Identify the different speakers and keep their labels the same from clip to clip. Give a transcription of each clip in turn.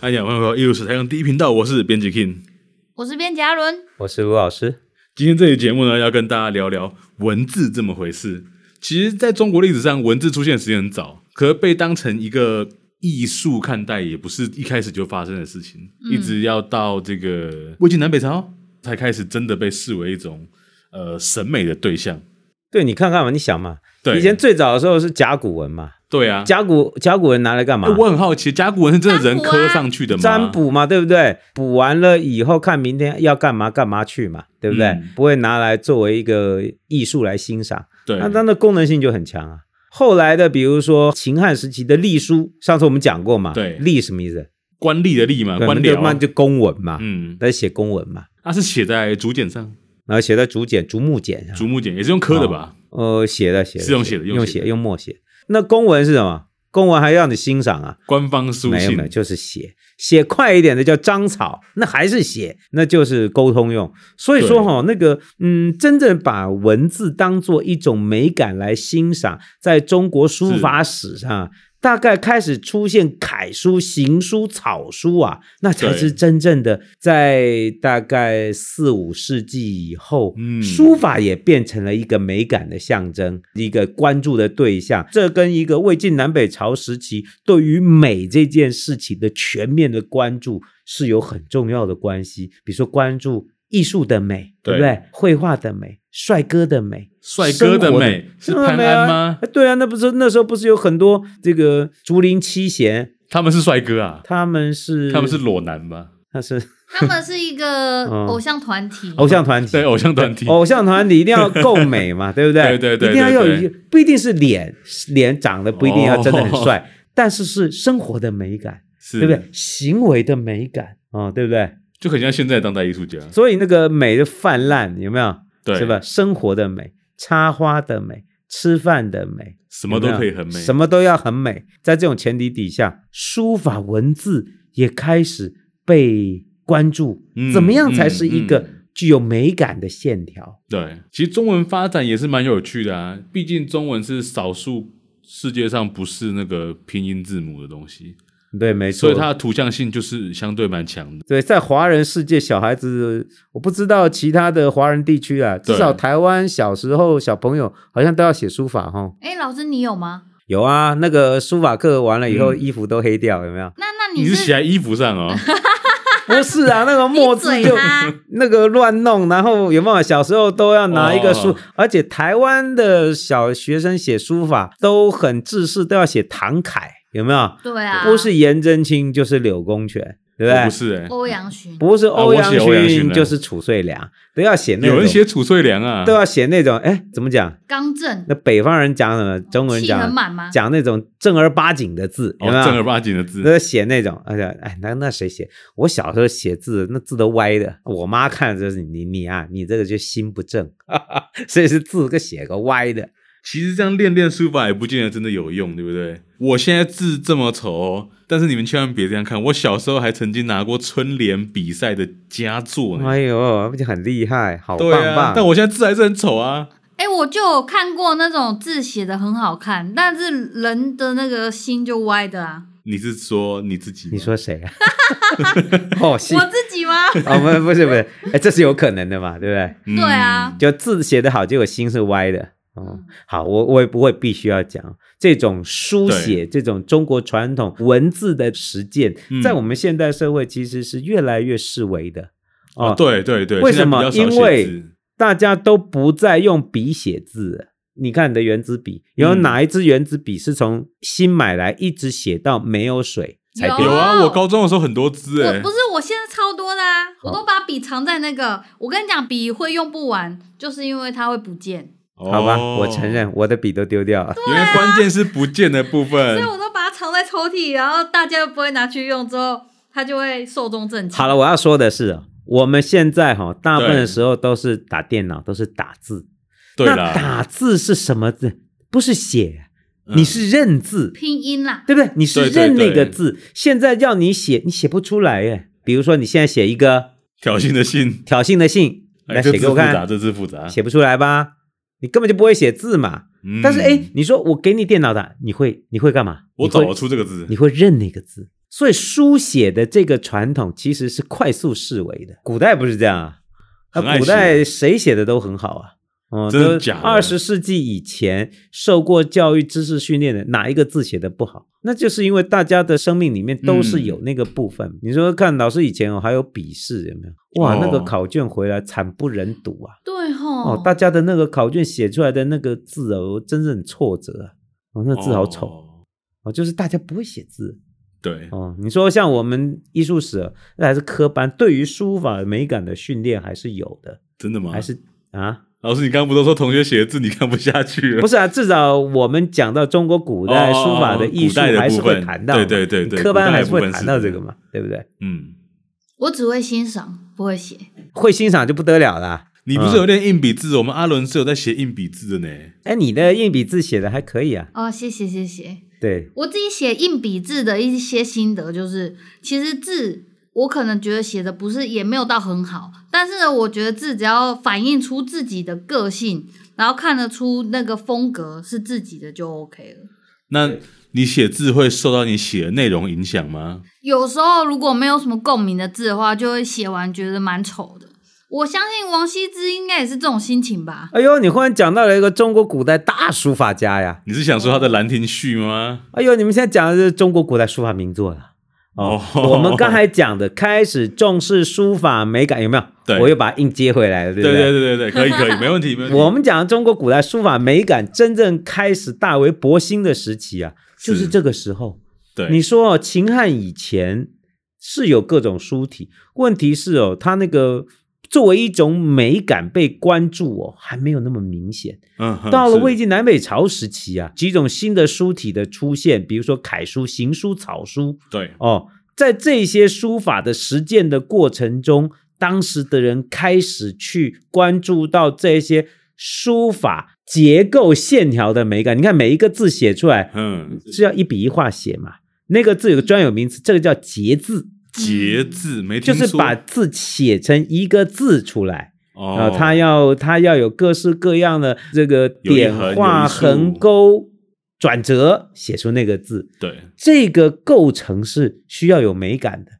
Speaker 1: 大家好，欢迎回到艺哎术史台用第一频道，我是编辑 King。
Speaker 2: 我是边嘉 伦，
Speaker 3: 我是吴老师。
Speaker 1: 今天这期节目呢，要跟大家聊聊文字这么回事。其实，在中国历史上，文字出现的时间很早，可是被当成一个艺术看待，也不是一开始就发生的事情，一直要到这个魏晋南北朝才开始真的被视为一种呃审美的对象。
Speaker 3: 对你看看嘛，你想嘛，
Speaker 1: 对，
Speaker 3: 以前最早的时候是甲骨文嘛，
Speaker 1: 对啊，
Speaker 3: 甲骨甲骨文拿来干嘛
Speaker 1: 哎？我很好奇，甲骨文是真的人
Speaker 2: 占卜啊
Speaker 1: 刻上去的吗？
Speaker 3: 占卜嘛，对不对？补完了以后，看明天要干嘛干嘛去嘛，对不对？
Speaker 1: 嗯
Speaker 3: 不会拿来作为一个艺术来欣赏，
Speaker 1: 对，
Speaker 3: 那它的功能性就很强啊。后来的，比如说秦汉时期的隶书，上次我们讲过嘛，
Speaker 1: 对
Speaker 3: 隶什么意思？
Speaker 1: 官吏的吏嘛，
Speaker 3: 对
Speaker 1: 官
Speaker 3: 就慢
Speaker 1: 僚，
Speaker 3: 就公文嘛，
Speaker 1: 嗯，
Speaker 3: 在写公文嘛，
Speaker 1: 它是写在竹简上，
Speaker 3: 然后写在竹简、竹木简啊上，
Speaker 1: 竹木简也是用刻的吧？
Speaker 3: 呃，写的写的
Speaker 1: 是用写的用
Speaker 3: 用
Speaker 1: 写的
Speaker 3: 写用墨写。那公文是什么？公文还让你欣赏啊？
Speaker 1: 官方书
Speaker 3: 没有
Speaker 1: 信
Speaker 3: 没有，就是写写快一点的叫章草，那还是写，那就是沟通用。所以说哈、那个嗯，真正把文字当做一种美感来欣赏，在中国书法史上。大概开始出现楷书、行书、草书啊，那才
Speaker 1: 对
Speaker 3: 是真正的在大概四五世纪以后，
Speaker 1: 嗯
Speaker 3: 书法也变成了一个美感的象征，一个关注的对象。这跟一个魏晋南北朝时期对于美这件事情的全面的关注是有很重要的关系。比如说，关注艺术的美，对不
Speaker 1: 对
Speaker 3: 对？绘画的美，帅哥的美，
Speaker 1: 帅哥的美是
Speaker 3: 生活的
Speaker 1: 潘安吗？
Speaker 3: 啊对啊，那不是那时候不是有很多这个竹林七贤，
Speaker 1: 他们是帅哥啊，
Speaker 3: 他们是
Speaker 1: 他们是裸男吧？
Speaker 3: 他是
Speaker 2: 他们是一个
Speaker 3: 嗯
Speaker 2: 偶像团体，
Speaker 3: 偶像团体，
Speaker 1: 对，偶像团体，
Speaker 3: 偶像团体一定要够 美嘛，对不对？
Speaker 1: 对对对
Speaker 3: 一定要有
Speaker 1: 对哦对
Speaker 3: 一不一定是脸，脸长得不一定要真的很帅，但是是生活的美感，
Speaker 1: 是
Speaker 3: 对不对？？行为的美感啊、哦对不对？
Speaker 1: 就很像现在的当代艺术家，
Speaker 3: 所以那个美的泛滥有没有？
Speaker 1: 对，
Speaker 3: 是吧？？生活的美，插花的美，吃饭的美，
Speaker 1: 什么都可以很美，
Speaker 3: 有没有什么都要很美。在这种前提底下，书法文字也开始被关注，
Speaker 1: 嗯
Speaker 3: 怎么样才是一
Speaker 1: 嗯
Speaker 3: 个
Speaker 1: 嗯
Speaker 3: 具有美感的线条？
Speaker 1: 对，其实中文发展也是蛮有趣的啊，毕竟中文是少数世界上不是那个拼音字母的东西，
Speaker 3: 对，没错。
Speaker 1: 所以它的图像性就是相对蛮强的。
Speaker 3: 对，在华人世界，小孩子我不知道其他的华人地区啊，
Speaker 1: 对
Speaker 3: 至少台湾小时候小朋友好像都要写书法哈。
Speaker 2: 哎，老师你有吗？？
Speaker 3: 有啊，那个书法课完了以后，
Speaker 1: 嗯
Speaker 3: 衣服都黑掉，有没有
Speaker 2: 那那
Speaker 1: 你是写在衣服上哦，
Speaker 3: 不是啊， 那个墨
Speaker 2: 闭
Speaker 3: 字
Speaker 2: 嘴啊
Speaker 3: 就
Speaker 2: 啦！
Speaker 3: 那个乱弄，然后有没有？小时候都要拿一个书，
Speaker 1: 哦
Speaker 3: 而且台湾的小学生写书法都很自私，都要写唐楷，有没有？
Speaker 2: 对啊，
Speaker 3: 不是颜真卿就是柳公权，对不
Speaker 1: 我
Speaker 3: 对
Speaker 1: 不？是哎、
Speaker 2: 欧阳询，
Speaker 3: 不是欧
Speaker 1: 啊我
Speaker 3: 阳
Speaker 1: 写欧阳询
Speaker 3: 询
Speaker 1: 的
Speaker 3: 就是褚遂良，都要写那
Speaker 1: 有人
Speaker 3: 种
Speaker 1: 写褚遂良啊，
Speaker 3: 都要写那种，哎，怎么讲？
Speaker 2: 刚正，
Speaker 3: 那北方人讲什么？中文
Speaker 2: 气很
Speaker 3: 讲
Speaker 2: 满吗？
Speaker 3: 讲那种正儿八经的字，有
Speaker 1: 哦，
Speaker 3: 没
Speaker 1: 正儿
Speaker 3: 有？
Speaker 1: 八经的字，
Speaker 3: 那写那种，哎呀，哎，那那谁写？我小时候写字，那字都歪的。我妈看着就是你你啊，你这个就心不正， 所以是字个写个歪的。
Speaker 1: 其实这样练练书法也不见得真的有用，对不对？我现在字这么丑、哦，但是你们千万别这样看。我小时候还曾经拿过春联比赛的佳作呢。
Speaker 3: 哎呦，不就很厉害，好棒
Speaker 1: 对啊，
Speaker 3: 棒。
Speaker 1: 但我现在字还是很丑啊。
Speaker 2: 哎，我就有看过那种字写的很好看，但是人的那个心就歪的啊。
Speaker 1: 你是说你自己吗？
Speaker 3: 你说谁 啊？哦，是
Speaker 2: 我自己 吗？
Speaker 3: 哦，不是不是不是，哎，这是有可能的嘛，对不对？
Speaker 1: 嗯
Speaker 2: 对啊，
Speaker 3: 就字写得好，结果心是歪的。哦，
Speaker 1: 嗯
Speaker 3: 好，我我也不会必须要讲这种书写，这种中国传统文字的实践
Speaker 1: 嗯，
Speaker 3: 在我们现代社会其实是越来越式微的。
Speaker 1: 哦，对对对，
Speaker 3: 嗯为什么
Speaker 1: 现在比较少
Speaker 3: 因为
Speaker 1: 写字
Speaker 3: 大家都不再用笔写字了。你看你的圆珠笔，有
Speaker 1: 嗯
Speaker 3: 哪一支圆珠笔是从新买来一直写到没有水才
Speaker 2: 有
Speaker 3: 丢
Speaker 1: 有啊，
Speaker 2: 哦
Speaker 1: 我高中的时候很多字哎、
Speaker 2: 我不是，我现在超多的啊，我都把笔藏在那个。我跟你讲，笔会用不完，就是因为它会不见，
Speaker 1: 哦
Speaker 3: 好吧，我承。认我的笔都丢掉了。
Speaker 1: 原来关键是不见的部
Speaker 2: 所
Speaker 1: 分
Speaker 2: 以。我都把它藏在抽屉，然后大家又不会拿去用，之后它就会寿终正寝。
Speaker 3: 好了，我要说的是，我们现在哈，大部分
Speaker 1: 对
Speaker 3: 的时候都是打电脑，都是打字。
Speaker 1: 对
Speaker 3: 那
Speaker 1: 啦，
Speaker 3: 打字是什么字？不是写，
Speaker 1: 嗯
Speaker 3: 你是认字，
Speaker 2: 拼音啦，
Speaker 3: 对不对？你是
Speaker 1: 对对
Speaker 3: 认那个
Speaker 1: 对
Speaker 3: 字。现在要你写，你写不出来耶。比如说，你现在写一个
Speaker 1: 挑衅的信，
Speaker 3: 挑衅的信，
Speaker 1: 哎，
Speaker 3: 来
Speaker 1: 这
Speaker 3: 写
Speaker 1: 字
Speaker 3: 给我
Speaker 1: 复杂，
Speaker 3: 看，
Speaker 1: 这字啊复杂。
Speaker 3: 写不出来吧？你根本就不会写字嘛。哎
Speaker 1: 嗯
Speaker 3: 但是哎，你说我给你电脑打，你会你会干嘛？
Speaker 1: 我
Speaker 3: 你会
Speaker 1: 找得出这个字
Speaker 3: 你会认那个字，所以书写的这个传统其实是快速视为的，古代不是这样啊，
Speaker 1: 很爱
Speaker 3: 啊，古
Speaker 1: 写
Speaker 3: 代谁写的都很好啊。哦、
Speaker 1: 真的假的
Speaker 3: 二十世纪以前受过教育、知识训练的，哪一个字写的不好？那就是因为大家的生命里面都是
Speaker 1: 嗯
Speaker 3: 有那个部分。你说看老师以前哦，还有笔试有没有？哇，
Speaker 1: 哦
Speaker 3: 那个考卷回来惨不忍睹啊！
Speaker 2: 对吼，
Speaker 3: 哦，大家的那个考卷写出来的那个字哦，我真是很挫折啊！哦，那字好丑哦
Speaker 1: 哦
Speaker 3: 就是大家不会写字
Speaker 1: 对，
Speaker 3: 哦。你说像我们艺术史哦，那还是科班，对于书法美感的训练还是有的，
Speaker 1: 真的吗？
Speaker 3: 还是啊，
Speaker 1: 老师，你刚刚不都说同学写的字你 看不下去了？
Speaker 3: 不是啊，至少我们讲到中国古代
Speaker 1: 哦哦哦
Speaker 3: 书法的艺
Speaker 1: 古
Speaker 3: 术，
Speaker 1: 代的
Speaker 3: 还是
Speaker 1: 部分
Speaker 3: 会谈到嘛，
Speaker 1: 对对对对
Speaker 3: 科班还是
Speaker 1: 古代的
Speaker 3: 会
Speaker 1: 部分
Speaker 3: 谈
Speaker 1: 是
Speaker 3: 到这个嘛，对不对？
Speaker 1: 嗯，
Speaker 2: 我只会欣赏，不会写。
Speaker 3: 会欣赏就不得了啦。
Speaker 1: 你不是有练硬笔字？我们阿伦是有在写硬笔字的呢。
Speaker 3: 哎，你的硬笔字写的还可以啊，
Speaker 2: 哦，谢谢谢谢。
Speaker 3: 对，
Speaker 2: 我自己写硬笔字的一些心得就是，其实字我可能觉得写的不是也没有到很好，但是呢，我觉得字只要反映出自己的个性，然后看得出那个风格是自己的就 OK 了。
Speaker 1: 那你写字会受到你写的内容影响吗？
Speaker 2: 有时候如果没有什么共鸣的字的话，就会写完觉得蛮丑的。我相信王羲之应该也是这种心情吧。
Speaker 3: 哎呦，你忽然讲到了一个中国古代大书法家呀！
Speaker 1: 你是想说他的《兰亭序》吗？
Speaker 3: 哎呦，你们现在讲的是中国古代书法名作了。哦，
Speaker 1: 哦
Speaker 3: 我们刚才讲的开始重视书法美感，有没有？
Speaker 1: 对
Speaker 3: 我又把它硬接回来了，对不
Speaker 1: 对对对对对，可以可以，没问题没问题。
Speaker 3: 我们讲的中国古代书法美感真正开始大为博兴的时期啊，就是
Speaker 1: 是
Speaker 3: 这个时候。
Speaker 1: 对
Speaker 3: 你说哦，秦汉以前是有各种书体，问题是哦，它那个作为一种美感被关注哦，还没有那么明显。
Speaker 1: 嗯哼
Speaker 3: 到了
Speaker 1: 是
Speaker 3: 魏晋南北朝时期啊，几种新的书体的出现，比如说楷书、行书、草书
Speaker 1: 对
Speaker 3: 哦，在这些书法的实践的过程中，当时的人开始去关注到这些书法结构线条的美感。你看每一个字写出来
Speaker 1: 嗯
Speaker 3: 是要一笔一画写嘛，那个字有个专有名词，这个叫结字，
Speaker 1: 结字没
Speaker 3: 嗯就
Speaker 1: 听
Speaker 3: 是
Speaker 1: 说
Speaker 3: 把字写成一个字出来。啊、
Speaker 1: 哦，
Speaker 3: 它要它要有各式各样的这个
Speaker 1: 有一
Speaker 3: 点
Speaker 1: 横有
Speaker 3: 画、
Speaker 1: 一竖
Speaker 3: 横勾、转折，写出那个字。
Speaker 1: 对
Speaker 3: 这个构成是需要有美感的，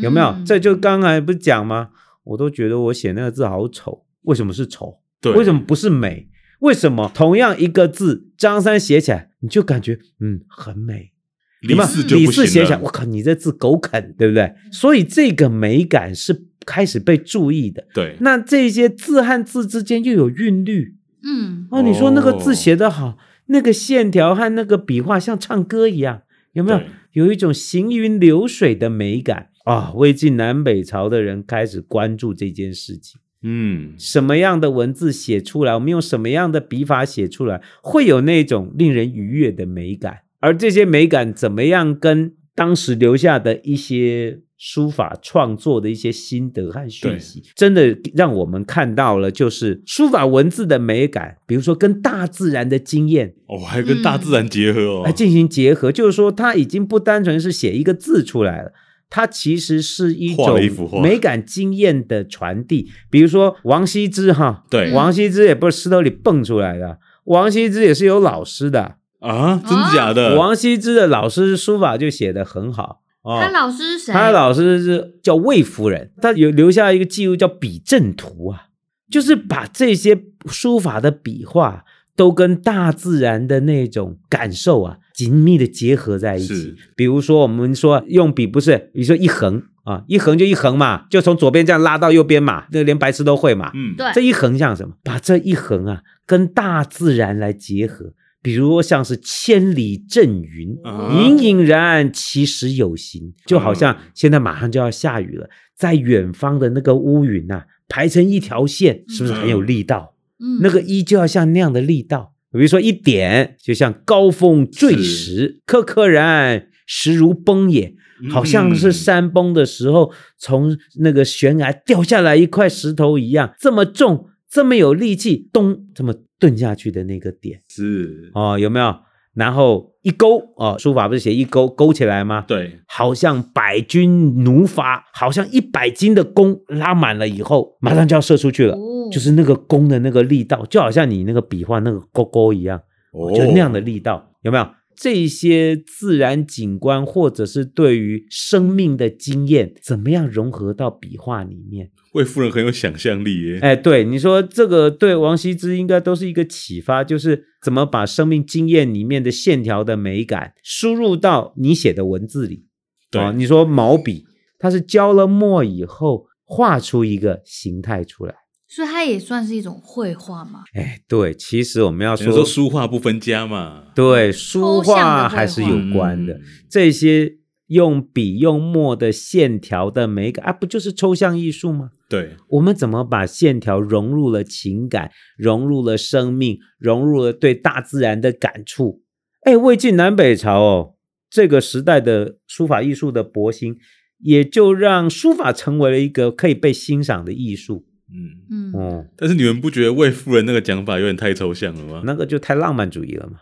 Speaker 3: 有没有？
Speaker 2: 嗯
Speaker 3: 这就刚才不是讲吗？我都觉得我写那个字好丑，为什么是丑？
Speaker 1: 对，
Speaker 3: 为什么不是美？为什么同样一个字，张三写起来你就感觉嗯很美，
Speaker 1: 李
Speaker 3: 有没有
Speaker 1: 四就
Speaker 3: 李
Speaker 1: 不
Speaker 3: 四
Speaker 1: 行
Speaker 3: 写起来，
Speaker 1: 了？
Speaker 3: 我靠，你这字狗啃，对不对？所以这个美感是开始被注意的。
Speaker 1: 对，
Speaker 3: 那这些字和字之间又有韵律
Speaker 2: 嗯，
Speaker 3: 哦。你说那个
Speaker 1: 哦
Speaker 3: 字写得好，那个线条和那个笔画像唱歌一样，有没有
Speaker 1: 对？
Speaker 3: 有一种行云流水的美感啊、魏晋南北朝的人开始关注这件事情，
Speaker 1: 嗯，
Speaker 3: 什么样的文字写出来，我们用什么样的笔法写出来，会有那种令人愉悦的美感。而这些美感怎么样跟当时留下的一些书法创作的一些心得和讯息，真的让我们看到了，就是书法文字的美感，比如说跟大自然的经验
Speaker 1: 哦，还跟大自然结合哦
Speaker 3: 来，进行结合，就是说它已经不单纯是写一个字出来了。它其实是一
Speaker 1: 画
Speaker 3: 种
Speaker 1: 了一幅画
Speaker 3: 美感经验的传递，比如说王羲之哈，
Speaker 1: 对
Speaker 3: 王羲之也不是石头里蹦出来的，王羲之也是有老师的，
Speaker 1: 啊，真的假的？
Speaker 3: 王羲之的老师书法就写得很好哦。
Speaker 2: 他老师是谁？
Speaker 3: 他的老师是叫魏夫人，他有留下一个记录叫笔正图啊，就是把这些书法的笔画都跟大自然的那种感受啊紧密的结合在一起
Speaker 1: 是。
Speaker 3: 比如说我们说用笔不是，比如说一横啊，一横就一横嘛，就从左边这样拉到右边嘛，那连白痴都会嘛。
Speaker 1: 嗯，
Speaker 2: 对
Speaker 3: 这一横像什么？把这一横啊跟大自然来结合，比如说像是千里阵云，
Speaker 1: 啊
Speaker 2: 嗯
Speaker 3: 隐隐然其实有形，就好像现在马上就要下雨了，在远方的那个乌云呐、排成一条线，是不是很有力道？
Speaker 2: 嗯
Speaker 3: 那个一就要像那样的力道，比如说一点，就像高峰坠石，颗颗然石如崩也。
Speaker 1: 嗯
Speaker 3: 好像是山崩的时候从那个悬崖掉下来一块石头一样，这么重，这么有力气，咚，这么顿下去的那个点
Speaker 1: 是，
Speaker 3: 哦，有没有？然后一勾哦，书法不是写一勾勾起来吗？
Speaker 1: 对，
Speaker 3: 好像百军弩发，好像一百斤的弓拉满了以后，马上就要射出去了，
Speaker 2: 哦
Speaker 3: 就是那个弓的那个力道，就好像你那个笔画那个勾勾一样，
Speaker 1: 哦
Speaker 3: 就那样的力道，有没有？这些自然景观或者是对于生命的经验，怎么样融合到笔画里面？
Speaker 1: 魏夫人很有想象力耶，
Speaker 3: 哎，对，你说这个对王羲之应该都是一个启发，就是怎么把生命经验里面的线条的美感输入到你写的文字里。
Speaker 1: 对
Speaker 3: 啊，你说毛笔，它是浇了墨以后画出一个形态出来。
Speaker 2: 所以它也算是一种绘画嘛。
Speaker 3: 哎，对，其实我们要
Speaker 1: 人家说书画不分家嘛，
Speaker 3: 对，书
Speaker 2: 抽象的
Speaker 3: 画
Speaker 2: 绘
Speaker 3: 还是
Speaker 2: 画
Speaker 3: 有关的。
Speaker 1: 嗯
Speaker 3: 这些用笔用墨的线条的美感啊，不就是抽象艺术吗？
Speaker 1: 对，
Speaker 3: 我们怎么把线条融入了情感，融入了生命，融入了对大自然的感触？哎，魏晋南北朝哦，这个时代的书法艺术的勃兴，也就让书法成为了一个可以被欣赏的艺术。
Speaker 1: 嗯。
Speaker 2: 嗯，
Speaker 3: 哦，
Speaker 1: 但是你们不觉得魏夫人那个讲法有点太抽象了吗？
Speaker 3: 那个就太浪漫主义了嘛。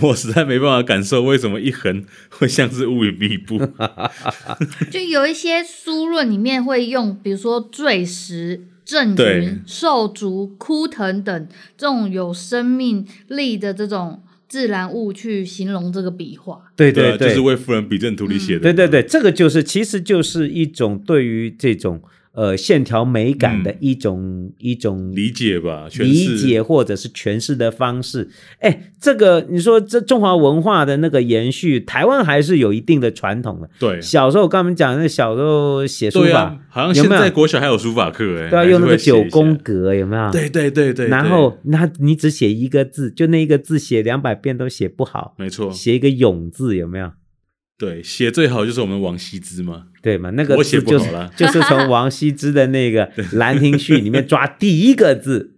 Speaker 1: 我实在没办法感受为什么一横会像是乌云密布。
Speaker 2: 就有一些书论里面会用，比如说坠石、震
Speaker 1: 对
Speaker 2: 云、兽竹、枯藤等这种有生命力的这种自然物去形容这个笔画。
Speaker 3: 对
Speaker 1: 对啊，
Speaker 3: 对，嗯
Speaker 1: 就是魏夫人笔正图里写的。
Speaker 3: 对对对，这个就是其实就是一种对于这种呃线条美感的
Speaker 1: 嗯
Speaker 3: 一种、一种
Speaker 1: 理解吧，诠释
Speaker 3: 理解或者是诠释的方式。哎，这个你说这中华文化的那个延续，台湾还是有一定的传统的。
Speaker 1: 对
Speaker 3: 小时候我刚才讲那小时候写书
Speaker 1: 对
Speaker 3: 法
Speaker 1: 啊，，好像
Speaker 3: 有
Speaker 1: 现
Speaker 3: 没有
Speaker 1: 在国小还有书法课哎，
Speaker 3: 都要
Speaker 1: 还是
Speaker 3: 用那
Speaker 1: 会
Speaker 3: 个
Speaker 1: 写一
Speaker 3: 九
Speaker 1: 下
Speaker 3: 宫。格，有没有？
Speaker 1: 对对对对，
Speaker 3: 然
Speaker 1: 对
Speaker 3: 后那你只写一个字，就那一个字写两百遍都写不好，
Speaker 1: 没错，
Speaker 3: 写一个“勇”字有没有？
Speaker 1: 对写最好就是我们王羲之嘛，
Speaker 3: 对嘛？那个
Speaker 1: 我写
Speaker 3: 字
Speaker 1: 不
Speaker 3: 就
Speaker 1: 好
Speaker 3: 是
Speaker 1: 啦
Speaker 3: 就是从王羲之的那个《兰亭序》里面抓第一个字，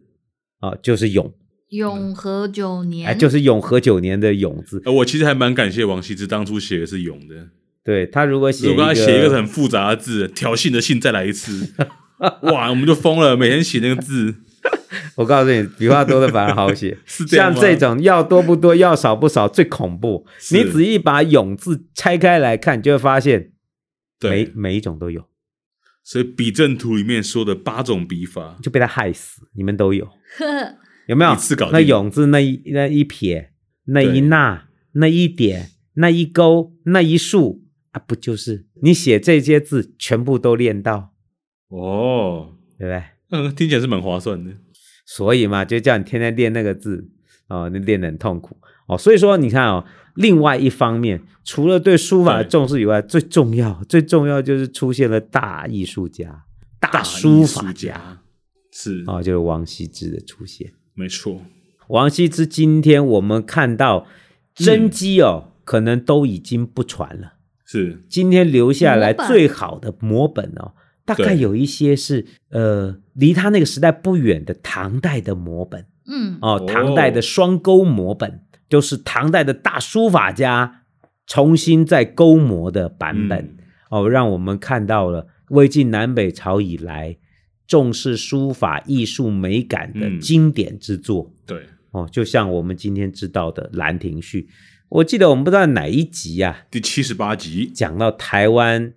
Speaker 3: 哦，就是“永
Speaker 2: 永和九”，年，
Speaker 3: 哎，就是“永和九年”的“永”字。
Speaker 1: 呃，我其实还蛮感谢王羲之当初写的是咏的，
Speaker 3: 对他如果写
Speaker 1: 如果他写一个很复杂的字，挑衅的衅再来一次，哇，我们就疯了，每天写那个字，。
Speaker 3: 我告诉你，笔画多的反而好写
Speaker 1: 是这样
Speaker 3: 像
Speaker 1: 吗
Speaker 3: 这种要多不多，要少不少，最恐怖。
Speaker 1: 是
Speaker 3: 你仔细把“永”字拆开来看，你就会发现每
Speaker 1: 对，
Speaker 3: 每一种都有，
Speaker 1: 所以笔正图里面说的八种笔法，
Speaker 3: 就被他害死。你们都有，有没有？
Speaker 1: 一次搞定
Speaker 3: 那“永”字那一那一撇，那
Speaker 1: 对
Speaker 3: 一捺，那一点，那一勾，那一竖啊，不就是你写这些字全部都练到，
Speaker 1: 哦，
Speaker 3: 对不对？
Speaker 1: 嗯，听起来是蛮划算的，
Speaker 3: 所以嘛，就叫你天天练那个字哦，那练得很痛苦哦。所以说，你看哦，另外一方面，除了对书法的
Speaker 1: 对
Speaker 3: 重视以外，最重要、最重要就是出现了大艺术家、大书
Speaker 1: 艺
Speaker 3: 法
Speaker 1: 术家是
Speaker 3: 哦，就是王羲之的出现。
Speaker 1: 没错，
Speaker 3: 王羲之今天我们看到
Speaker 1: 嗯
Speaker 3: 真迹哦，可能都已经不传了。
Speaker 1: 是
Speaker 3: 今天留下来
Speaker 2: 模板
Speaker 3: 最好的摹本哦，大概
Speaker 1: 对
Speaker 3: 有一些是呃离他那个时代不远的唐代的摹本。
Speaker 2: 嗯，
Speaker 3: 哦
Speaker 1: 哦，
Speaker 3: 唐代的双钩摹本，就是唐代的大书法家重新再勾摹的版本、
Speaker 1: 嗯
Speaker 3: 哦，让我们看到了魏晋南北朝以来重视书法艺术美感的
Speaker 1: 嗯
Speaker 3: 经典之作、
Speaker 1: 对，
Speaker 3: 哦，就像我们今天知道的《兰亭序》，我记得我们不知道哪一集啊，
Speaker 1: 第七十八集
Speaker 3: 讲到台湾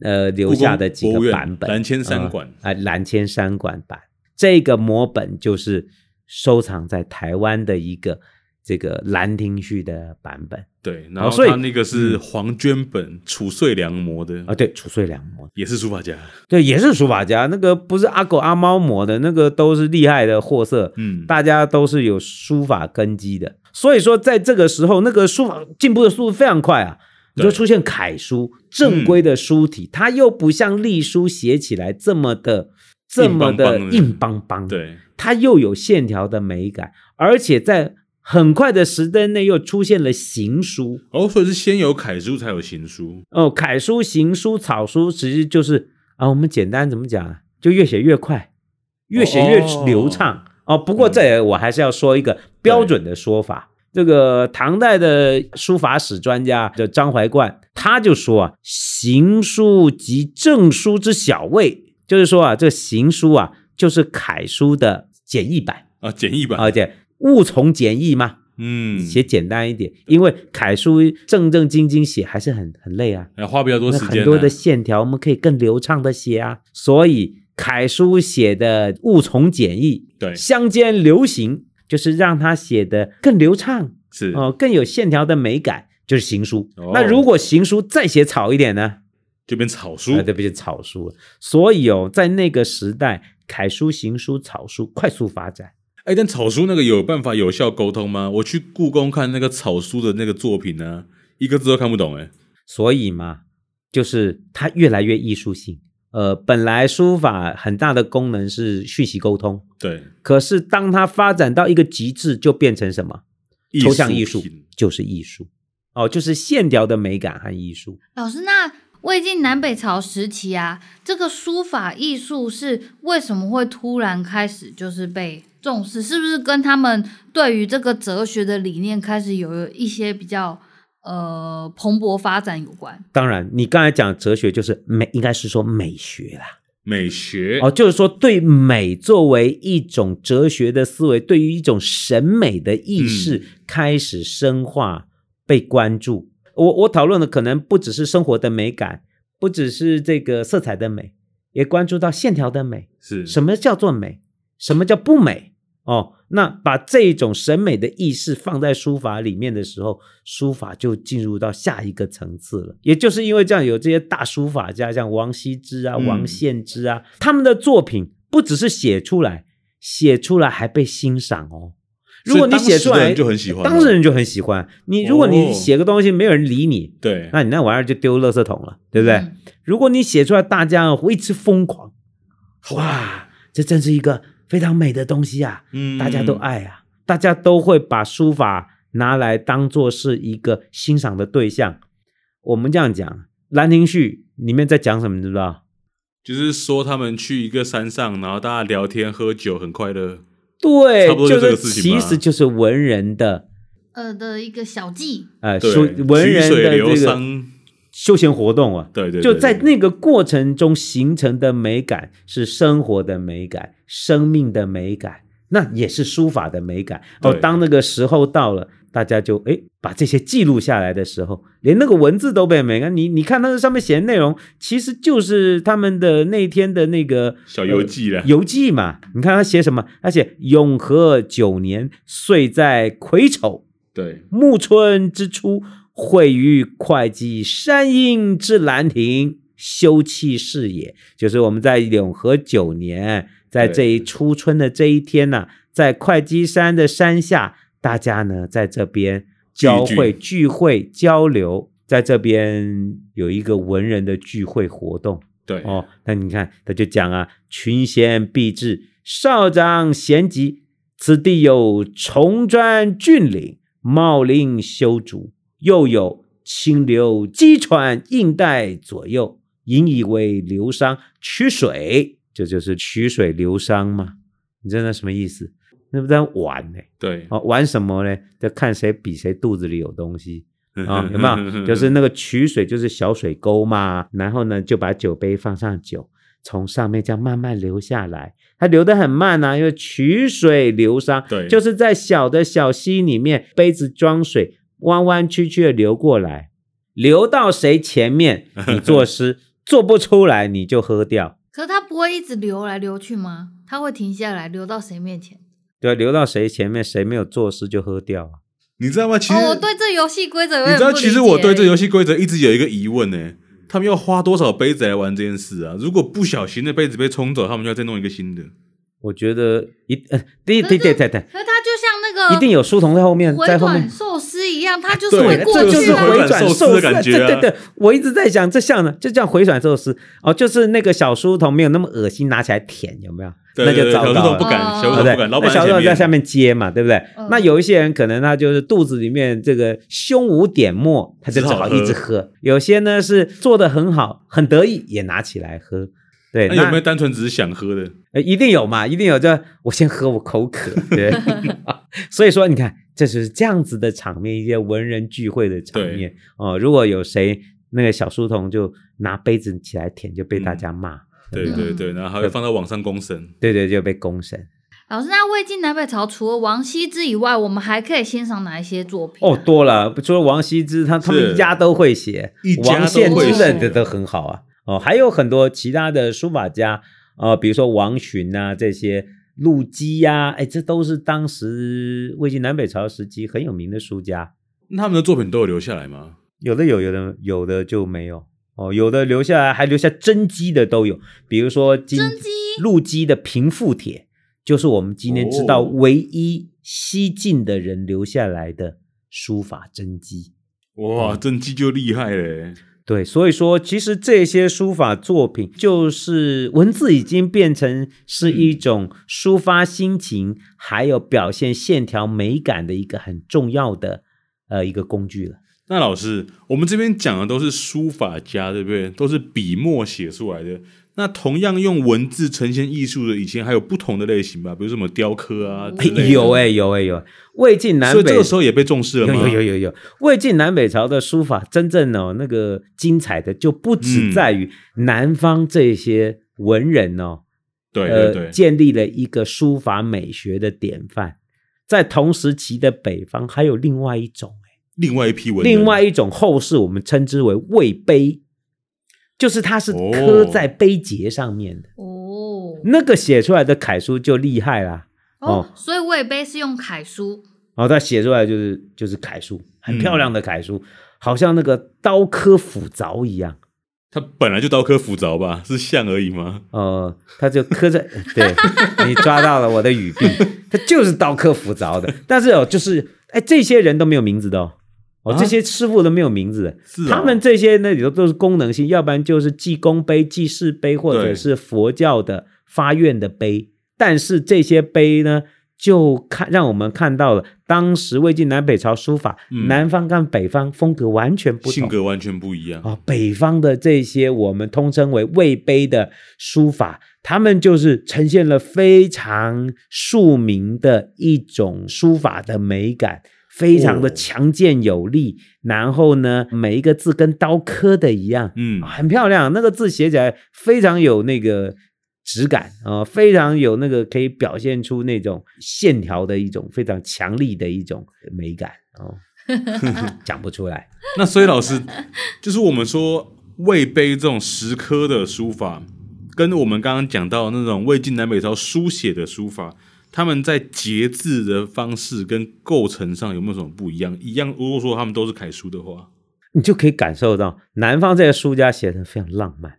Speaker 3: 呃留下的几
Speaker 1: 故宫博物
Speaker 3: 个
Speaker 1: 院
Speaker 3: 版本，
Speaker 1: 蓝千山馆
Speaker 3: 啊、呃蓝千山馆版这个摹本就是收藏在台湾的一个这个《兰亭序》的版本
Speaker 1: 对，然
Speaker 3: 哦
Speaker 1: 后
Speaker 3: 所以
Speaker 1: 他那个是黄绢本褚遂良摹
Speaker 3: 啊，
Speaker 1: 的，
Speaker 3: 对，褚遂良摹的，
Speaker 1: 也是书法家，
Speaker 3: 对，也是书法家，那个不是阿狗阿猫摹的，那个都是厉害的货色，
Speaker 1: 嗯，
Speaker 3: 大家都是有书法根基的，所以说在这个时候，那个书法进步的速度非常快啊，你
Speaker 1: 对
Speaker 3: 就出现楷书正规的书体，它又不像隶书写起来这么的这么的硬
Speaker 1: 硬
Speaker 3: 邦邦，，
Speaker 1: 对，
Speaker 3: 它又有线条的美感，而且在很快的时间内又出现了行书
Speaker 1: 哦，所以是先有楷书才有行书，
Speaker 3: 哦，楷书、行书、草书，其实就是啊，我们简单怎么讲啊，就越写越快，越写越
Speaker 1: 哦嗯
Speaker 3: 流畅哦。不过这我还是要说一个标准的说法。这个唐代的书法史专家叫张怀灌，他就说啊，行书及正书之小位，就是说啊，这行书啊，就是楷书的简易版，
Speaker 1: 啊，简易版，
Speaker 3: 而且物从简易嘛，
Speaker 1: 嗯，
Speaker 3: 写简单一点，因为楷书正正经经写还是很很累啊。
Speaker 1: 然后花比较多
Speaker 3: 那
Speaker 1: 时间啊，
Speaker 3: 很多的线条，我们可以更流畅的写啊。所以楷书写的务从简易，
Speaker 1: 对
Speaker 3: 乡间流行，就是让他写的更流畅、
Speaker 1: 是
Speaker 3: 哦、更有线条的美感，就是行书。
Speaker 1: 哦
Speaker 3: 那如果行书再写草一点呢？
Speaker 1: 就变草书
Speaker 3: 啊，，对不起，草书了。所以哦，在那个时代，楷书、行书、草书快速发展。
Speaker 1: 哎，但草书那个有办法有效沟通吗？我去故宫看那个草书的那个作品呢、一个字都看不懂哎、
Speaker 3: 所以嘛，就是它越来越艺术性。呃，本来书法很大的功能是讯息沟通，
Speaker 1: 对，
Speaker 3: 可是当它发展到一个极致，就变成什么？抽象艺术
Speaker 1: 品
Speaker 3: 就是艺术，哦，就是线条的美感和艺术。
Speaker 2: 老师，那魏晋南北朝时期啊，这个书法艺术是为什么会突然开始就是被重视？是不是跟他们对于这个哲学的理念开始有一些比较呃蓬勃发展有关？
Speaker 3: 当然，你刚才讲哲学就是美，应该是说美学啦。
Speaker 1: 美学
Speaker 3: 哦，就是说对美作为一种哲学的思维，对于一种审美的意识
Speaker 1: 嗯
Speaker 3: 开始深化、被关注。我我讨论的可能不只是生活的美感，不只是这个色彩的美，也关注到线条的美。
Speaker 1: 是
Speaker 3: 什么叫做美？什么叫不美？哦，那把这种审美的意识放在书法里面的时候，书法就进入到下一个层次了。也就是因为这样，有这些大书法家，像王羲之啊、
Speaker 1: 嗯
Speaker 3: 王献之啊，他们的作品不只是写出来，写出来还被欣赏哦。如果你写出
Speaker 1: 所以当时的
Speaker 3: 来，
Speaker 1: 人就很喜欢吗
Speaker 3: 当事人就很喜欢你。如果你
Speaker 1: 哦
Speaker 3: 写个东西没有人理你，
Speaker 1: 对，
Speaker 3: 那你那玩意儿就丢垃圾桶了，对不对？
Speaker 2: 嗯
Speaker 3: 如果你写出来，大家为之疯狂，哇，这真是一个非常美的东西啊！
Speaker 1: 嗯
Speaker 3: 大家都，爱啊，大家都会把书法拿来当做是一个欣赏的对象。我们这样讲，《兰亭序》里面在讲什么，你知不知道？
Speaker 1: 就是说他们去一个山上，然后大家聊天喝酒，很快乐。
Speaker 3: 对，
Speaker 1: 差不多就这
Speaker 3: 是
Speaker 1: 个事情
Speaker 3: 其
Speaker 1: 吧
Speaker 3: 实就是文人的
Speaker 2: 呃的一个小技，
Speaker 3: 呃
Speaker 1: 对，
Speaker 3: 修文人
Speaker 1: 曲水
Speaker 3: 的
Speaker 1: 流
Speaker 3: 这个
Speaker 1: 觞，
Speaker 3: 休闲活动啊。
Speaker 1: 对对，
Speaker 3: 就
Speaker 1: 对
Speaker 3: 在
Speaker 1: 对
Speaker 3: 那个过程中形成的美感是生活的美感、生命的美感，那也是书法的美感。哦，
Speaker 1: 对
Speaker 3: 当那个时候到了，大家就哎把这些记录下来的时候，连那个文字都被美感。你你看那个上面写的内容，其实就是他们的那天的那个呃
Speaker 1: 小游记了，
Speaker 3: 游记嘛。你看他写什么？他写永和九年，岁在癸丑。
Speaker 1: 对，
Speaker 3: 暮春之初，会于会稽山阴之兰亭，休憩是也。就是我们在永和九年，在这一初春的这一天呢、在会稽山的山下，大家呢在这边交会、聚会、交流，在这边有一个文人的聚会活动。
Speaker 1: 对，
Speaker 3: 哦，那你看他就讲啊，群贤毕至，少长咸集，此地有重砖峻岭，茂林修竹，又有清流击穿映带左右，引以为流觞曲水，这就是曲水流觞嘛。你知道那什么意思？那不在玩呢、
Speaker 1: 对，
Speaker 3: 哦，玩什么呢？在看谁比谁肚子里有东西。啊、有没有？
Speaker 1: 有
Speaker 3: 就是那个曲水，就是小水沟嘛，然后呢，就把酒杯放上酒，从上面这样慢慢流下来，它流得很慢啊呐、因为曲水流觞，
Speaker 1: 对
Speaker 3: 就是在小的小溪里面，杯子装水，弯弯曲曲的流过来，流到谁前面，你作诗做不出来，你就喝掉，
Speaker 2: 可是它不会一直流来流去吗？它会停下来流到谁面前？
Speaker 3: 对，流到谁前面，谁没有作诗就喝掉啊。
Speaker 1: 你知道吗？其实
Speaker 2: 哦，我对这游戏规则有
Speaker 1: 你
Speaker 2: 点
Speaker 1: 知
Speaker 2: 不
Speaker 1: 道，
Speaker 2: 理解。
Speaker 1: 其实我对这游戏规则一直有一个疑问呢、他们要花多少杯子来玩这件事啊？如果不小心那杯子被冲走，他们就要再弄一个新的。
Speaker 3: 我觉得一， 呃，对
Speaker 2: 可是
Speaker 3: 对对对对，
Speaker 2: 可是它就像那个
Speaker 3: 一定有书童在后面，
Speaker 2: 回
Speaker 3: 在后面
Speaker 2: 转。寿司一样，它就是
Speaker 1: 对
Speaker 2: 会过
Speaker 3: 这就
Speaker 2: 去
Speaker 3: 是
Speaker 1: 这
Speaker 2: 啊。
Speaker 1: 回
Speaker 3: 回转寿
Speaker 1: 转寿司的感觉
Speaker 3: 对
Speaker 1: 啊
Speaker 3: 对对，我一直在想这像呢，就叫回转寿司哦，就是那个小书童没有那么恶心，拿起来舔有没有？
Speaker 1: 对对
Speaker 3: 那就
Speaker 1: 对，
Speaker 3: 糟
Speaker 1: 小
Speaker 3: 糕
Speaker 1: 头
Speaker 3: 了，
Speaker 1: 不敢，
Speaker 2: 哦
Speaker 1: 小头
Speaker 3: 对
Speaker 1: 不
Speaker 3: 不对
Speaker 1: 敢，老板
Speaker 3: 那小
Speaker 1: 在
Speaker 3: 书
Speaker 1: 前
Speaker 3: 童在
Speaker 1: 面
Speaker 3: 下面接嘛，对不对？
Speaker 2: 嗯
Speaker 3: 那有一些人可能他就是肚子里面这个胸无点墨，他就只好一直
Speaker 1: 只
Speaker 3: 喝；有些呢是做的很好，很得意也拿起来喝。对，
Speaker 1: 那
Speaker 3: 那
Speaker 1: 有没有单纯只是想喝的？
Speaker 3: 呃，一定有嘛，一定有。这我先喝，我口渴。对，啊所以说你看，这就是这样子的场面，一些文人聚会的场面哦、如果有谁那个小书童就拿杯子起来舔，就被大家骂，
Speaker 1: 对对
Speaker 2: 嗯
Speaker 1: 对，然后还会
Speaker 3: 对
Speaker 1: 放到网上公审。
Speaker 3: 对对，就被公审。
Speaker 2: 老师，那魏晋南北朝除了王羲之以外，我们还可以欣赏哪一些作品啊？
Speaker 3: 哦，多了，除了王羲之，他他们
Speaker 1: 是
Speaker 3: 一家都会写
Speaker 1: 一，家
Speaker 3: 王献
Speaker 2: 都
Speaker 3: 之
Speaker 2: 会
Speaker 3: 的
Speaker 2: 写
Speaker 3: 的都很哦好啊。哦，还有很多其他的书法家，呃，比如说王洵啊这些，陆机呀、哎，这都是当时魏晋南北朝时期很有名的书家。
Speaker 1: 那他们的作品都有留下来吗？
Speaker 3: 有的有，有的有的就没有哦，有的留下来还留下真迹的都有，比如说今
Speaker 2: 真机
Speaker 3: 陆机的平复帖，就是我们今天知道
Speaker 1: 哦
Speaker 3: 唯一西晋的人留下来的书法真迹。嗯
Speaker 1: 哇，真迹就厉害嘞！
Speaker 3: 对，所以说，其实这些书法作品就是文字已经变成是
Speaker 1: 嗯
Speaker 3: 一种抒发心情，还有表现线条美感的一个很重要的呃一个工具了。
Speaker 1: 那老师，我们这边讲的都是书法家，对不对？都是笔墨写出来的。那同样用文字呈现艺术的，以前还有不同的类型吧，比如什么雕刻啊之
Speaker 3: 嘿
Speaker 1: 类的。
Speaker 3: 有哎、有哎、有欸，魏晋南
Speaker 1: 所
Speaker 3: 北
Speaker 1: 以这个时候也被重视了
Speaker 3: 有
Speaker 1: 吗？
Speaker 3: 有有有有，魏晋南北朝的书法真正哦那个精彩的就不只
Speaker 1: 嗯
Speaker 3: 在于南方这些文人哦，
Speaker 1: 对对对，
Speaker 3: 呃，建立了一个书法美学的典范，在同时期的北方还有另外一种欸
Speaker 1: 另外一批文人，
Speaker 3: 另外一种后世我们称之为魏碑，就是它是
Speaker 1: 哦
Speaker 3: 刻在碑碣上面的，
Speaker 2: 哦
Speaker 3: 那个写出来的楷书就厉害啦。
Speaker 2: 哦，所以魏碑是用楷书，
Speaker 3: 然后他写出来就是就是楷书，
Speaker 1: 嗯
Speaker 3: 很漂亮的楷书，好像那个刀刻斧凿一样。
Speaker 1: 他本来就刀刻斧凿吧，是像而已吗？
Speaker 3: 呃，他就刻在， 对你抓到了我的语 病，他就是刀刻斧凿的。但是哦，就是哎，这些人都没有名字的哦，哦，
Speaker 1: 啊
Speaker 3: 这些师傅都没有名字的，
Speaker 1: 是哦
Speaker 3: 他们这些那里头都是功能性，要不然就是济公碑、济世碑，或者
Speaker 1: 对
Speaker 3: 是佛教的发愿的碑。但是这些碑呢，就看让我们看到了当时魏晋南北朝书法，
Speaker 1: 嗯
Speaker 3: 南方跟北方风格完全不
Speaker 1: 性
Speaker 3: 同。
Speaker 1: 格完全不一样。
Speaker 3: 啊，北方的这些我们通称为魏碑的书法，他们就是呈现了非常庶民的一种书法的美感，非常的
Speaker 1: 哦
Speaker 3: 强健有力。然后呢，每一个字跟刀刻的一样，
Speaker 1: 嗯
Speaker 3: 啊，很漂亮，那个字写起来非常有那个质感啊、非常有那个可以表现出那种线条的一种非常强力的一种美感哦，讲不出来。
Speaker 1: 那所以老师，就是我们说魏碑这种石刻的书法，跟我们刚刚讲到那种魏晋南北朝书写的书法，他们在结字的方式跟构成上有没有什么不一样？一样，如果说他们都是楷书的话，
Speaker 3: 你就可以感受到南方这些书家写的非常浪漫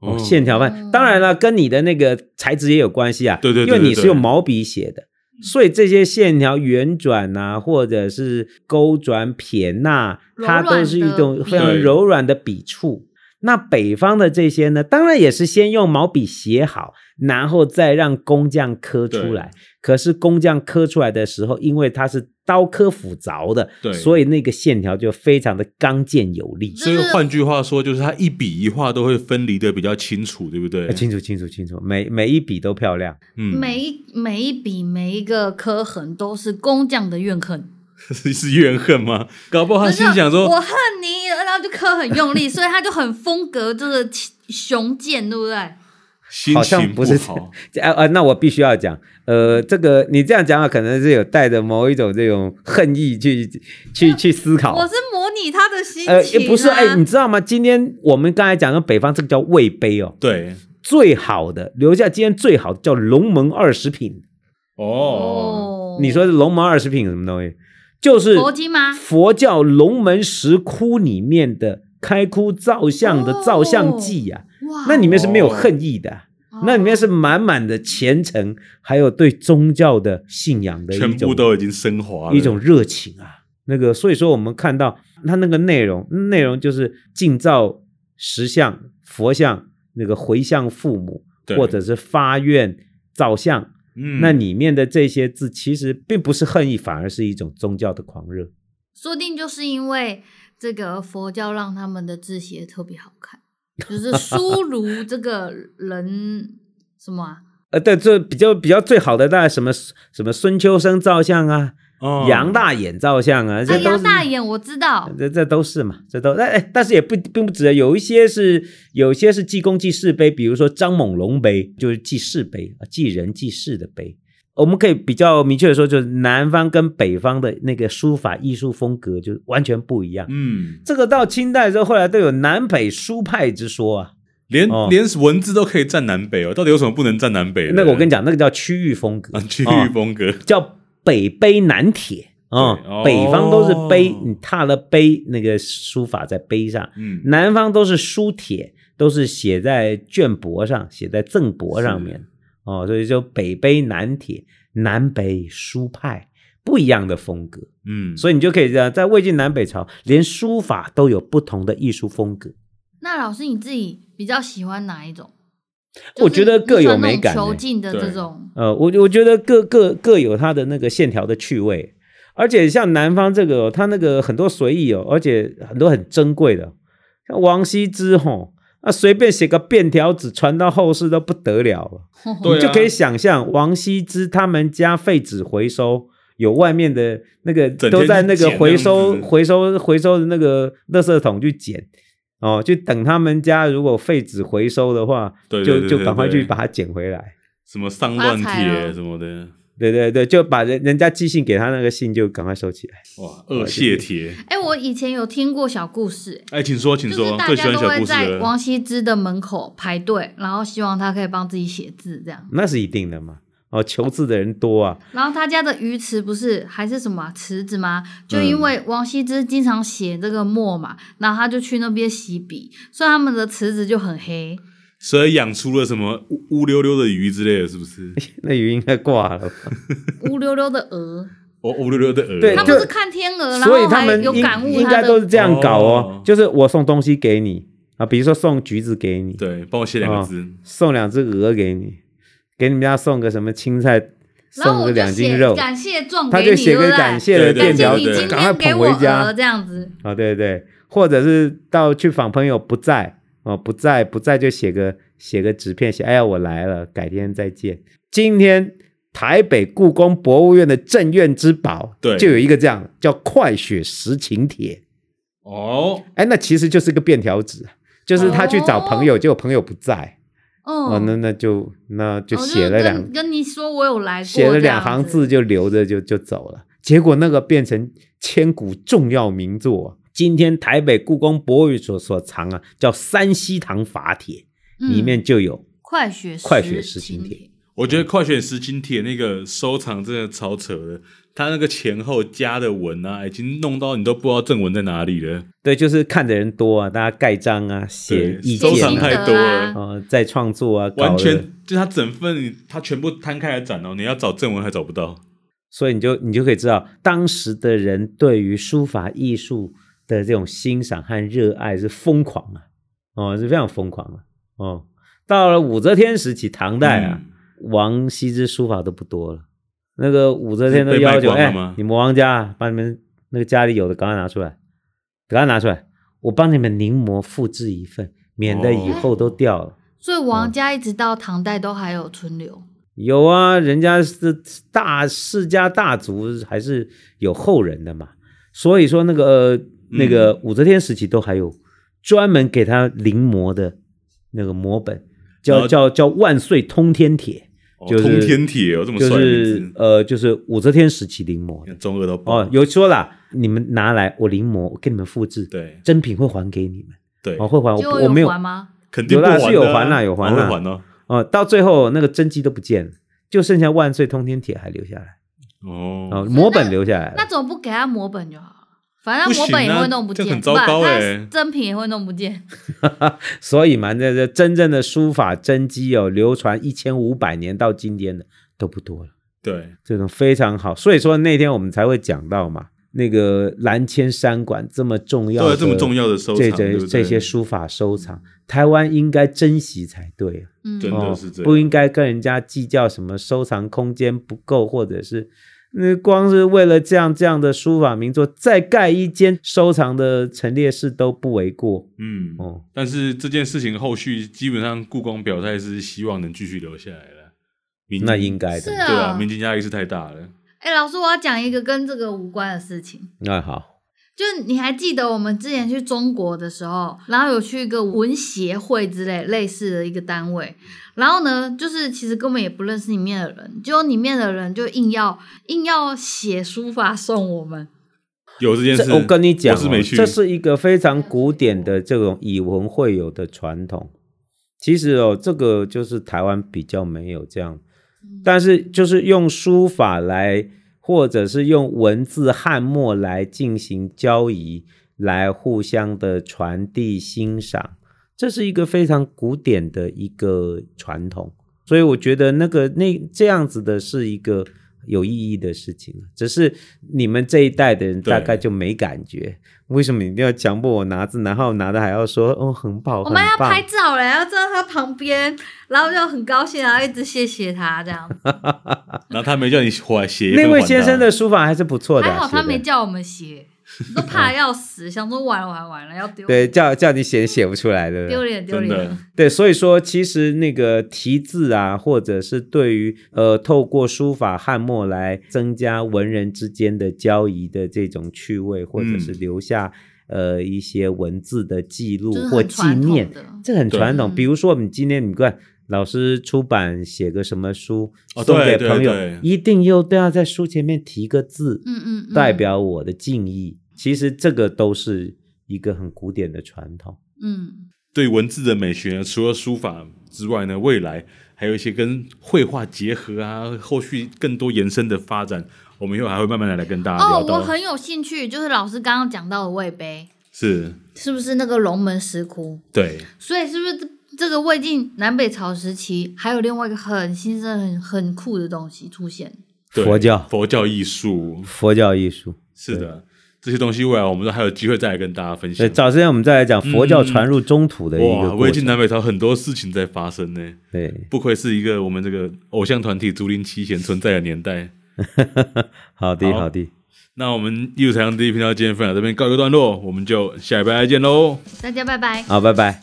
Speaker 1: 嗯
Speaker 3: 哦，线条
Speaker 2: 哦
Speaker 3: 漫。当然了，跟你的那个材质也有关系啊，
Speaker 1: 对对对
Speaker 3: 因为你
Speaker 1: 对
Speaker 3: 是用毛笔写的，
Speaker 2: 嗯
Speaker 3: 所以这些线条圆转呐、或者是勾转撇捺，它
Speaker 2: 柔软
Speaker 3: 都是一
Speaker 2: 的
Speaker 3: 种
Speaker 2: 笔
Speaker 3: 非常
Speaker 1: 对
Speaker 3: 柔软的笔触。那北方的这些呢，当然也是先用毛笔写好，然后再让工匠刻出
Speaker 1: 对
Speaker 3: 来。可是工匠刻出来的时候，因为它是刀刻斧凿的，
Speaker 1: 对
Speaker 3: 所以那个线条就非常的刚健有力。
Speaker 1: 所以换句话说，就是它一笔一画都会分离的比较清楚，对不对？
Speaker 3: 哎清楚清楚清楚，每每一笔都漂亮，
Speaker 1: 嗯，
Speaker 2: 每一每一笔每一个刻痕都是工匠的怨恨。
Speaker 1: 是是怨恨吗？搞
Speaker 3: 啊
Speaker 1: 不好他
Speaker 2: 不是啊
Speaker 1: 心想说，
Speaker 2: 我恨你，然后就刻很用 力，所以他就很风格就是雄健，对不对？
Speaker 1: 心
Speaker 3: 好像
Speaker 1: 情
Speaker 3: 不是
Speaker 1: 好，
Speaker 3: 这啊啊，那我必须要讲，呃，这个你这样讲啊，可能是有带着某一种这种恨意去去去思考。
Speaker 2: 我是模拟他的心情、啊
Speaker 3: 呃，也不是，哎，你知道吗？今天我们刚才讲的北方这个叫魏碑哦，
Speaker 1: 对，
Speaker 3: 最好的留下今天最好的叫龙门二十品。
Speaker 1: 哦，
Speaker 3: 你说龙门二十品是什么东西？就是
Speaker 2: 佛经啊吗？
Speaker 3: 佛教龙门石窟里面的开窟造像的造像啊记呀、
Speaker 2: 哇，哦
Speaker 3: 那里面是没有恨意的啊、那里面是满满的虔诚，还有对宗教的信仰的一
Speaker 1: 全
Speaker 3: 种
Speaker 1: 部都已经升华了，
Speaker 3: 一种热情啊。那个，所以说我们看到它那个内容，内容就是敬造石像、佛像，那个回向父母，
Speaker 1: 对
Speaker 3: 或者是发愿造像。
Speaker 1: 嗯，
Speaker 3: 那里面的这些字其实并不是恨意，反而是一种宗教的狂热。
Speaker 2: 说不定就是因为这个佛教让他们的字写得特别好 看，就是书如这个人什么啊？
Speaker 3: 呃，对，这比较比较最好的，大概什么什么孙秋生造像啊，
Speaker 1: 哦
Speaker 3: 杨大眼造像啊，
Speaker 2: 啊，
Speaker 3: 这都
Speaker 2: 杨
Speaker 3: 是、
Speaker 2: 大眼我知道，
Speaker 3: 这这都是嘛，这都但哎，但是也不并不指的，有一些是有一些是济公济世碑，比如说张猛龙碑，就是济世碑啊，济人济世的碑。我们可以比较明确的说，就是南方跟北方的那个书法艺术风格就完全不一样。
Speaker 1: 嗯，
Speaker 3: 这个到清代之后，后来都有南北书派之说啊。
Speaker 1: 连、
Speaker 3: 哦
Speaker 1: 连文字都可以占南北哦，到底有什么不能占南北的？
Speaker 3: 那个我跟你
Speaker 1: 你
Speaker 3: 讲，那个叫区域风 格
Speaker 1: 啊，，区
Speaker 3: 哦
Speaker 1: 域风格，
Speaker 3: 叫北碑南帖啊、
Speaker 1: 对哦
Speaker 3: 北方都是碑，你踏了碑，那个书法在碑上；
Speaker 1: 嗯，
Speaker 3: 南方都是书帖，都是写在绢帛上，写在赠帛上面哦，所以就北碑南帖，南北书派不一样的风格，
Speaker 1: 嗯，
Speaker 3: 所以你就可以知道，在魏晋南北朝，连书法都有不同的艺术风格。
Speaker 2: 那老师你自己比较喜欢哪一种？
Speaker 3: 我觉得各有美
Speaker 2: 就是你喜欢那
Speaker 3: 感
Speaker 2: 种
Speaker 3: 欸
Speaker 2: 囚禁的
Speaker 1: 对
Speaker 2: 这种，
Speaker 3: 呃，我我觉得各各各有它的那个线条的趣味，而且像南方这个、哦，它那个很多随意哦，而且很多很珍贵的，像王羲之吼，啊随便写个便条纸传到后世都不得了了，
Speaker 1: 对啊
Speaker 3: 你就可以想象王羲之他们家废纸回收。有外面的那个
Speaker 1: 整天
Speaker 3: 都在那
Speaker 1: 去
Speaker 3: 个
Speaker 1: 捡
Speaker 3: 回
Speaker 1: 那
Speaker 3: 收、
Speaker 1: 样子
Speaker 3: 回收、回收的那个垃圾桶去捡，哦，就等他们家如果废纸回收的话，
Speaker 1: 对对
Speaker 3: 就
Speaker 1: 对
Speaker 3: 就
Speaker 1: 对
Speaker 3: 赶快
Speaker 1: 对
Speaker 3: 去把它捡回来。
Speaker 1: 什么丧乱
Speaker 2: 发财哦
Speaker 1: 帖
Speaker 2: 了
Speaker 1: 什么的，
Speaker 3: 对对对，就把人人家寄信给他那个信就赶快收起来。
Speaker 1: 哇，
Speaker 3: 哦
Speaker 1: 恶谢帖。
Speaker 2: 哎、我以前有听过小故事、
Speaker 1: 哎，请说，请
Speaker 2: 欸，就是
Speaker 1: 说，
Speaker 2: 大
Speaker 1: 最喜
Speaker 2: 家
Speaker 1: 欢
Speaker 2: 都
Speaker 1: 小
Speaker 2: 会
Speaker 1: 故事
Speaker 2: 在
Speaker 1: 了。
Speaker 2: 王羲之的门口排队，然后希望他可以帮自己写字这样。
Speaker 3: 那是一定的嘛。哦，求字的人多啊，
Speaker 2: 然后他家的鱼池不是还是什么啊池子吗？
Speaker 3: 嗯
Speaker 2: 就因为王羲之经常写这个墨嘛，然后他就去那边洗笔，所以他们的池子就很 黑。
Speaker 1: 所以养出了什么乌乌溜溜的鱼之类的，是不 是？
Speaker 3: 那鱼应该挂了吧。
Speaker 2: 乌溜溜的鹅，
Speaker 1: 哦，乌溜溜的鹅。
Speaker 3: 对
Speaker 2: 他
Speaker 3: 就
Speaker 2: 不是看天鹅，呃然
Speaker 3: 所以
Speaker 2: 后
Speaker 3: 他
Speaker 2: 还
Speaker 3: 们
Speaker 2: 有感
Speaker 3: 应
Speaker 2: 悟
Speaker 3: 应
Speaker 2: 他
Speaker 3: 该都
Speaker 2: 的。
Speaker 3: 是这样搞哦，
Speaker 1: 哦
Speaker 3: 就是我送东西给你啊，比如说送橘子给你，
Speaker 1: 对，帮我写两个字。
Speaker 3: 送两只鹅给你，给你们家送个什么青菜，
Speaker 2: 然后
Speaker 3: 送
Speaker 2: 我
Speaker 3: 个
Speaker 2: 就
Speaker 3: 两斤
Speaker 2: 写
Speaker 3: 肉，
Speaker 2: 感谢状
Speaker 3: 他
Speaker 2: 给
Speaker 3: 就
Speaker 2: 你，对
Speaker 3: 写
Speaker 2: 不
Speaker 3: 个
Speaker 2: 对？
Speaker 3: 感谢的
Speaker 1: 对
Speaker 3: 便
Speaker 1: 对
Speaker 3: 条
Speaker 2: 感
Speaker 1: 对
Speaker 2: 谢你
Speaker 3: 纸，
Speaker 2: 今
Speaker 3: 赶快
Speaker 2: 天给
Speaker 3: 捧
Speaker 2: 我
Speaker 3: 回家
Speaker 2: 鹅。这样子，
Speaker 3: 啊，对对，或者是到去访朋友不在哦，不在不在就写个写个纸片，写哎呀我来了，改天再见。今天台北故宫博物院的镇院之宝，
Speaker 1: 对
Speaker 3: 就有一个这样叫快雪时晴帖，
Speaker 1: 哦，
Speaker 3: 哎，那其实就是个便条纸，啊就是他去找朋
Speaker 2: 哦
Speaker 3: 友，结果朋友不在，哦，
Speaker 2: 嗯，
Speaker 3: 那那就那就
Speaker 2: 我
Speaker 3: 写了两、
Speaker 2: 哦跟跟你说我有来过，
Speaker 3: 写了两行字，就留着就就走了。结果那个变成千古重要名作、啊。今天台北故宫博物院所所藏啊，叫《山西堂法帖》，里
Speaker 2: 嗯
Speaker 3: 面就有。
Speaker 2: 快雪
Speaker 3: 快雪时
Speaker 2: 时
Speaker 3: 晴
Speaker 2: 晴
Speaker 3: 帖
Speaker 2: 帖，
Speaker 1: 我觉得快选时今帖那个收藏真的超扯的，他那个前后加的文啊，已经弄到你都不知道正文在哪里了。
Speaker 3: 对，就是看的人多啊，大家盖章啊，写
Speaker 1: 对
Speaker 3: 意
Speaker 1: 收
Speaker 3: 见
Speaker 1: 藏
Speaker 2: 心
Speaker 1: 太
Speaker 3: 啊，
Speaker 2: 得
Speaker 1: 多
Speaker 2: 啊
Speaker 1: 了
Speaker 3: 呃，在创作啊，搞
Speaker 1: 完
Speaker 3: 得
Speaker 1: 全就他整份，他全部摊开来展哦，你要找正文还找不到。
Speaker 3: 所以你就你就可以知道，当时的人对于书法艺术的这种欣赏和热爱是疯狂啊，哦，是非常疯狂啊，哦，到了武则天时期，唐代啊，
Speaker 1: 嗯
Speaker 3: 王羲之书法都不多了，那个武则天都要
Speaker 1: 是被
Speaker 3: 求，
Speaker 1: 卖光了
Speaker 3: 哎
Speaker 1: 吗，
Speaker 3: 你们王家把你们那个家里有的赶快拿出来，赶快拿出来，我帮你们临摹复制一份，免得
Speaker 1: 哦
Speaker 3: 以后都掉了。
Speaker 2: 所以王
Speaker 3: 嗯
Speaker 2: 家一直到唐代都还有存留。
Speaker 3: 有啊，人家是大世家大族，还是有后人的嘛。所以说那
Speaker 1: 嗯
Speaker 3: 个、呃、那个武则天时期都还有专门给他临摹的那个摹本，
Speaker 1: 然
Speaker 3: 叫
Speaker 1: 后
Speaker 3: 叫叫《万岁通天帖
Speaker 1: 哦
Speaker 3: 就是
Speaker 1: 通天帖哦，这》，么
Speaker 3: 就
Speaker 1: 帅的名
Speaker 3: 是
Speaker 1: 字，
Speaker 3: 呃就是武则天时期临摹
Speaker 1: 你
Speaker 3: 的。
Speaker 1: 看中二都爆
Speaker 3: 哦，有说啦，你们拿来我临摹，我给你们复制，
Speaker 1: 对
Speaker 3: 真品会还给你们。
Speaker 1: 对
Speaker 3: 哦，，会还
Speaker 2: 结果
Speaker 3: 我我没有
Speaker 2: 还吗？
Speaker 1: 肯定
Speaker 3: 有
Speaker 1: 不
Speaker 3: 啦
Speaker 1: 还的啊
Speaker 3: 是有还啦有还啦
Speaker 1: 哦会还哦。
Speaker 3: 哦，到最后那个真迹都不见了，就剩下《万岁通天帖》还留下来，哦，
Speaker 1: 哦，
Speaker 3: 摹本留下来了。
Speaker 2: 那怎么不给他摹本就好了？反正
Speaker 1: 不行啊
Speaker 2: 摹本也会弄不见，
Speaker 1: 这很糟糕
Speaker 2: 不
Speaker 1: 欸
Speaker 2: 他真品也会弄不 见。
Speaker 3: 所以嘛，这这真正的书法真迹哦，流传一千五百年到今天的都不多了，
Speaker 1: 对，
Speaker 3: 这种非常好。所以说那天我们才会讲到嘛，那个蓝千山馆这么重要
Speaker 1: 对
Speaker 3: 的，
Speaker 1: 啊，这么重要的收藏，
Speaker 3: 这
Speaker 1: 对不
Speaker 3: 这
Speaker 1: 对
Speaker 3: 这些书法收藏，台湾应该珍惜才对啊。
Speaker 2: 嗯，
Speaker 1: 真的是这样
Speaker 3: 不应该跟人家计较什么收藏空间不够，或者是那光是为了这样这样的书法名作，再盖一间收藏的陈列室都不为过
Speaker 1: 嗯，
Speaker 3: 哦。
Speaker 1: 但是这件事情后续基本上故宫表态是希望能继续留下来了，民
Speaker 3: 那应该
Speaker 2: 是
Speaker 3: 的，
Speaker 2: 啊
Speaker 1: 对啊，民间压力是太大了。
Speaker 2: 哎、老师，我要讲一个跟这个无关的事情。
Speaker 3: 那好，
Speaker 2: 就你还记得我们之前去中国的时候，然后有去一个文协会之类类似的一个单位，然后呢，就是其实根本也不认识里面的人，结果里面的人就硬要硬要写书法送我们，
Speaker 1: 有这件事，
Speaker 3: 这我跟你讲、
Speaker 1: 我是
Speaker 3: 哦
Speaker 1: 没去，
Speaker 3: 这是一个非常古典的这种以文会友的传统。其实哦，这个就是台湾比较没有这样，但是就是用书法来，或者是用文字汉墨来进行交易，来互相的传递欣赏，这是一个非常古典的一个传统。所以我觉得那个那这样子的是一个有意义的事情，啊只是你们这一代的人
Speaker 1: 对
Speaker 3: 大概就没感觉。为什么一定要强迫我拿字，然后拿的还要说哦很棒，
Speaker 2: 我们要
Speaker 3: 很棒
Speaker 2: 拍照了，要站在他旁边，然后就很高兴，然后一直谢谢他这样。
Speaker 1: 然后他没叫你还写一份
Speaker 3: 那位
Speaker 1: 还啊
Speaker 3: 先
Speaker 1: 他
Speaker 3: 生的书法还是不错的啊、
Speaker 2: 还好
Speaker 3: 写
Speaker 2: 他
Speaker 3: 得
Speaker 2: 没叫我们写，都怕得要 死，想说完了完了完了要丢
Speaker 3: 对叫叫你写写不出来的，
Speaker 2: 丢脸丢
Speaker 1: 真的
Speaker 2: 脸。
Speaker 3: 对，所以说其实那个题字啊，或者是对于呃透过书法汉墨来增加文人之间的交谊的这种趣味，或者是
Speaker 1: 嗯
Speaker 3: 留下、呃一些文字的记录
Speaker 2: 就是
Speaker 3: 或
Speaker 2: 很
Speaker 3: 纪
Speaker 2: 传统
Speaker 3: 念，
Speaker 2: 的，
Speaker 3: 这很
Speaker 1: 对
Speaker 3: 传统。
Speaker 2: 嗯
Speaker 3: 比如说我们今天你看老师出版写个什么书、
Speaker 1: 哦
Speaker 3: 送
Speaker 1: 对
Speaker 3: 给
Speaker 1: 对
Speaker 3: 朋友，
Speaker 1: 对
Speaker 3: 一定又都要在书前面提个字，
Speaker 2: 嗯嗯，嗯
Speaker 3: 代，表我的敬意。其实这个都是一个很古典的传统。
Speaker 2: 嗯，
Speaker 1: 对文字的美学，除了书法之外呢，未来还有一些跟绘画结合啊，后续更多延伸的发展，我们以后还会慢慢的来跟
Speaker 3: 啊
Speaker 1: 大家
Speaker 2: 哦，
Speaker 1: 聊到。
Speaker 2: 我很有兴趣，就是老师刚刚讲到的魏碑，
Speaker 1: 是，
Speaker 2: 是不是那个龙门石窟？
Speaker 1: 对，
Speaker 2: 所以是不是这这个魏晋南北朝时期，还有另外一个很新生、很很酷的东西出现？
Speaker 1: 对
Speaker 3: 佛教
Speaker 1: 佛教艺术，
Speaker 3: 佛教艺术，
Speaker 1: 是的，这些东西未来我们都还有机会再来跟大家分
Speaker 3: 所
Speaker 1: 享
Speaker 3: 以。找时间我们再来讲佛教传入中土的一
Speaker 1: 嗯哇，
Speaker 3: 个过
Speaker 1: 魏晋
Speaker 3: 程。
Speaker 1: 南北朝很多事情在发生呢，
Speaker 3: 对，
Speaker 1: 不愧是一个我们这个偶像团体竹林七贤存在的年代。
Speaker 3: 好的，
Speaker 1: 好
Speaker 3: 好的，
Speaker 1: 那我们艺术台上第一频道今天分享到这边告一个段落，我们就下一拜再见喽。
Speaker 2: 大家拜拜。
Speaker 3: 好，拜拜。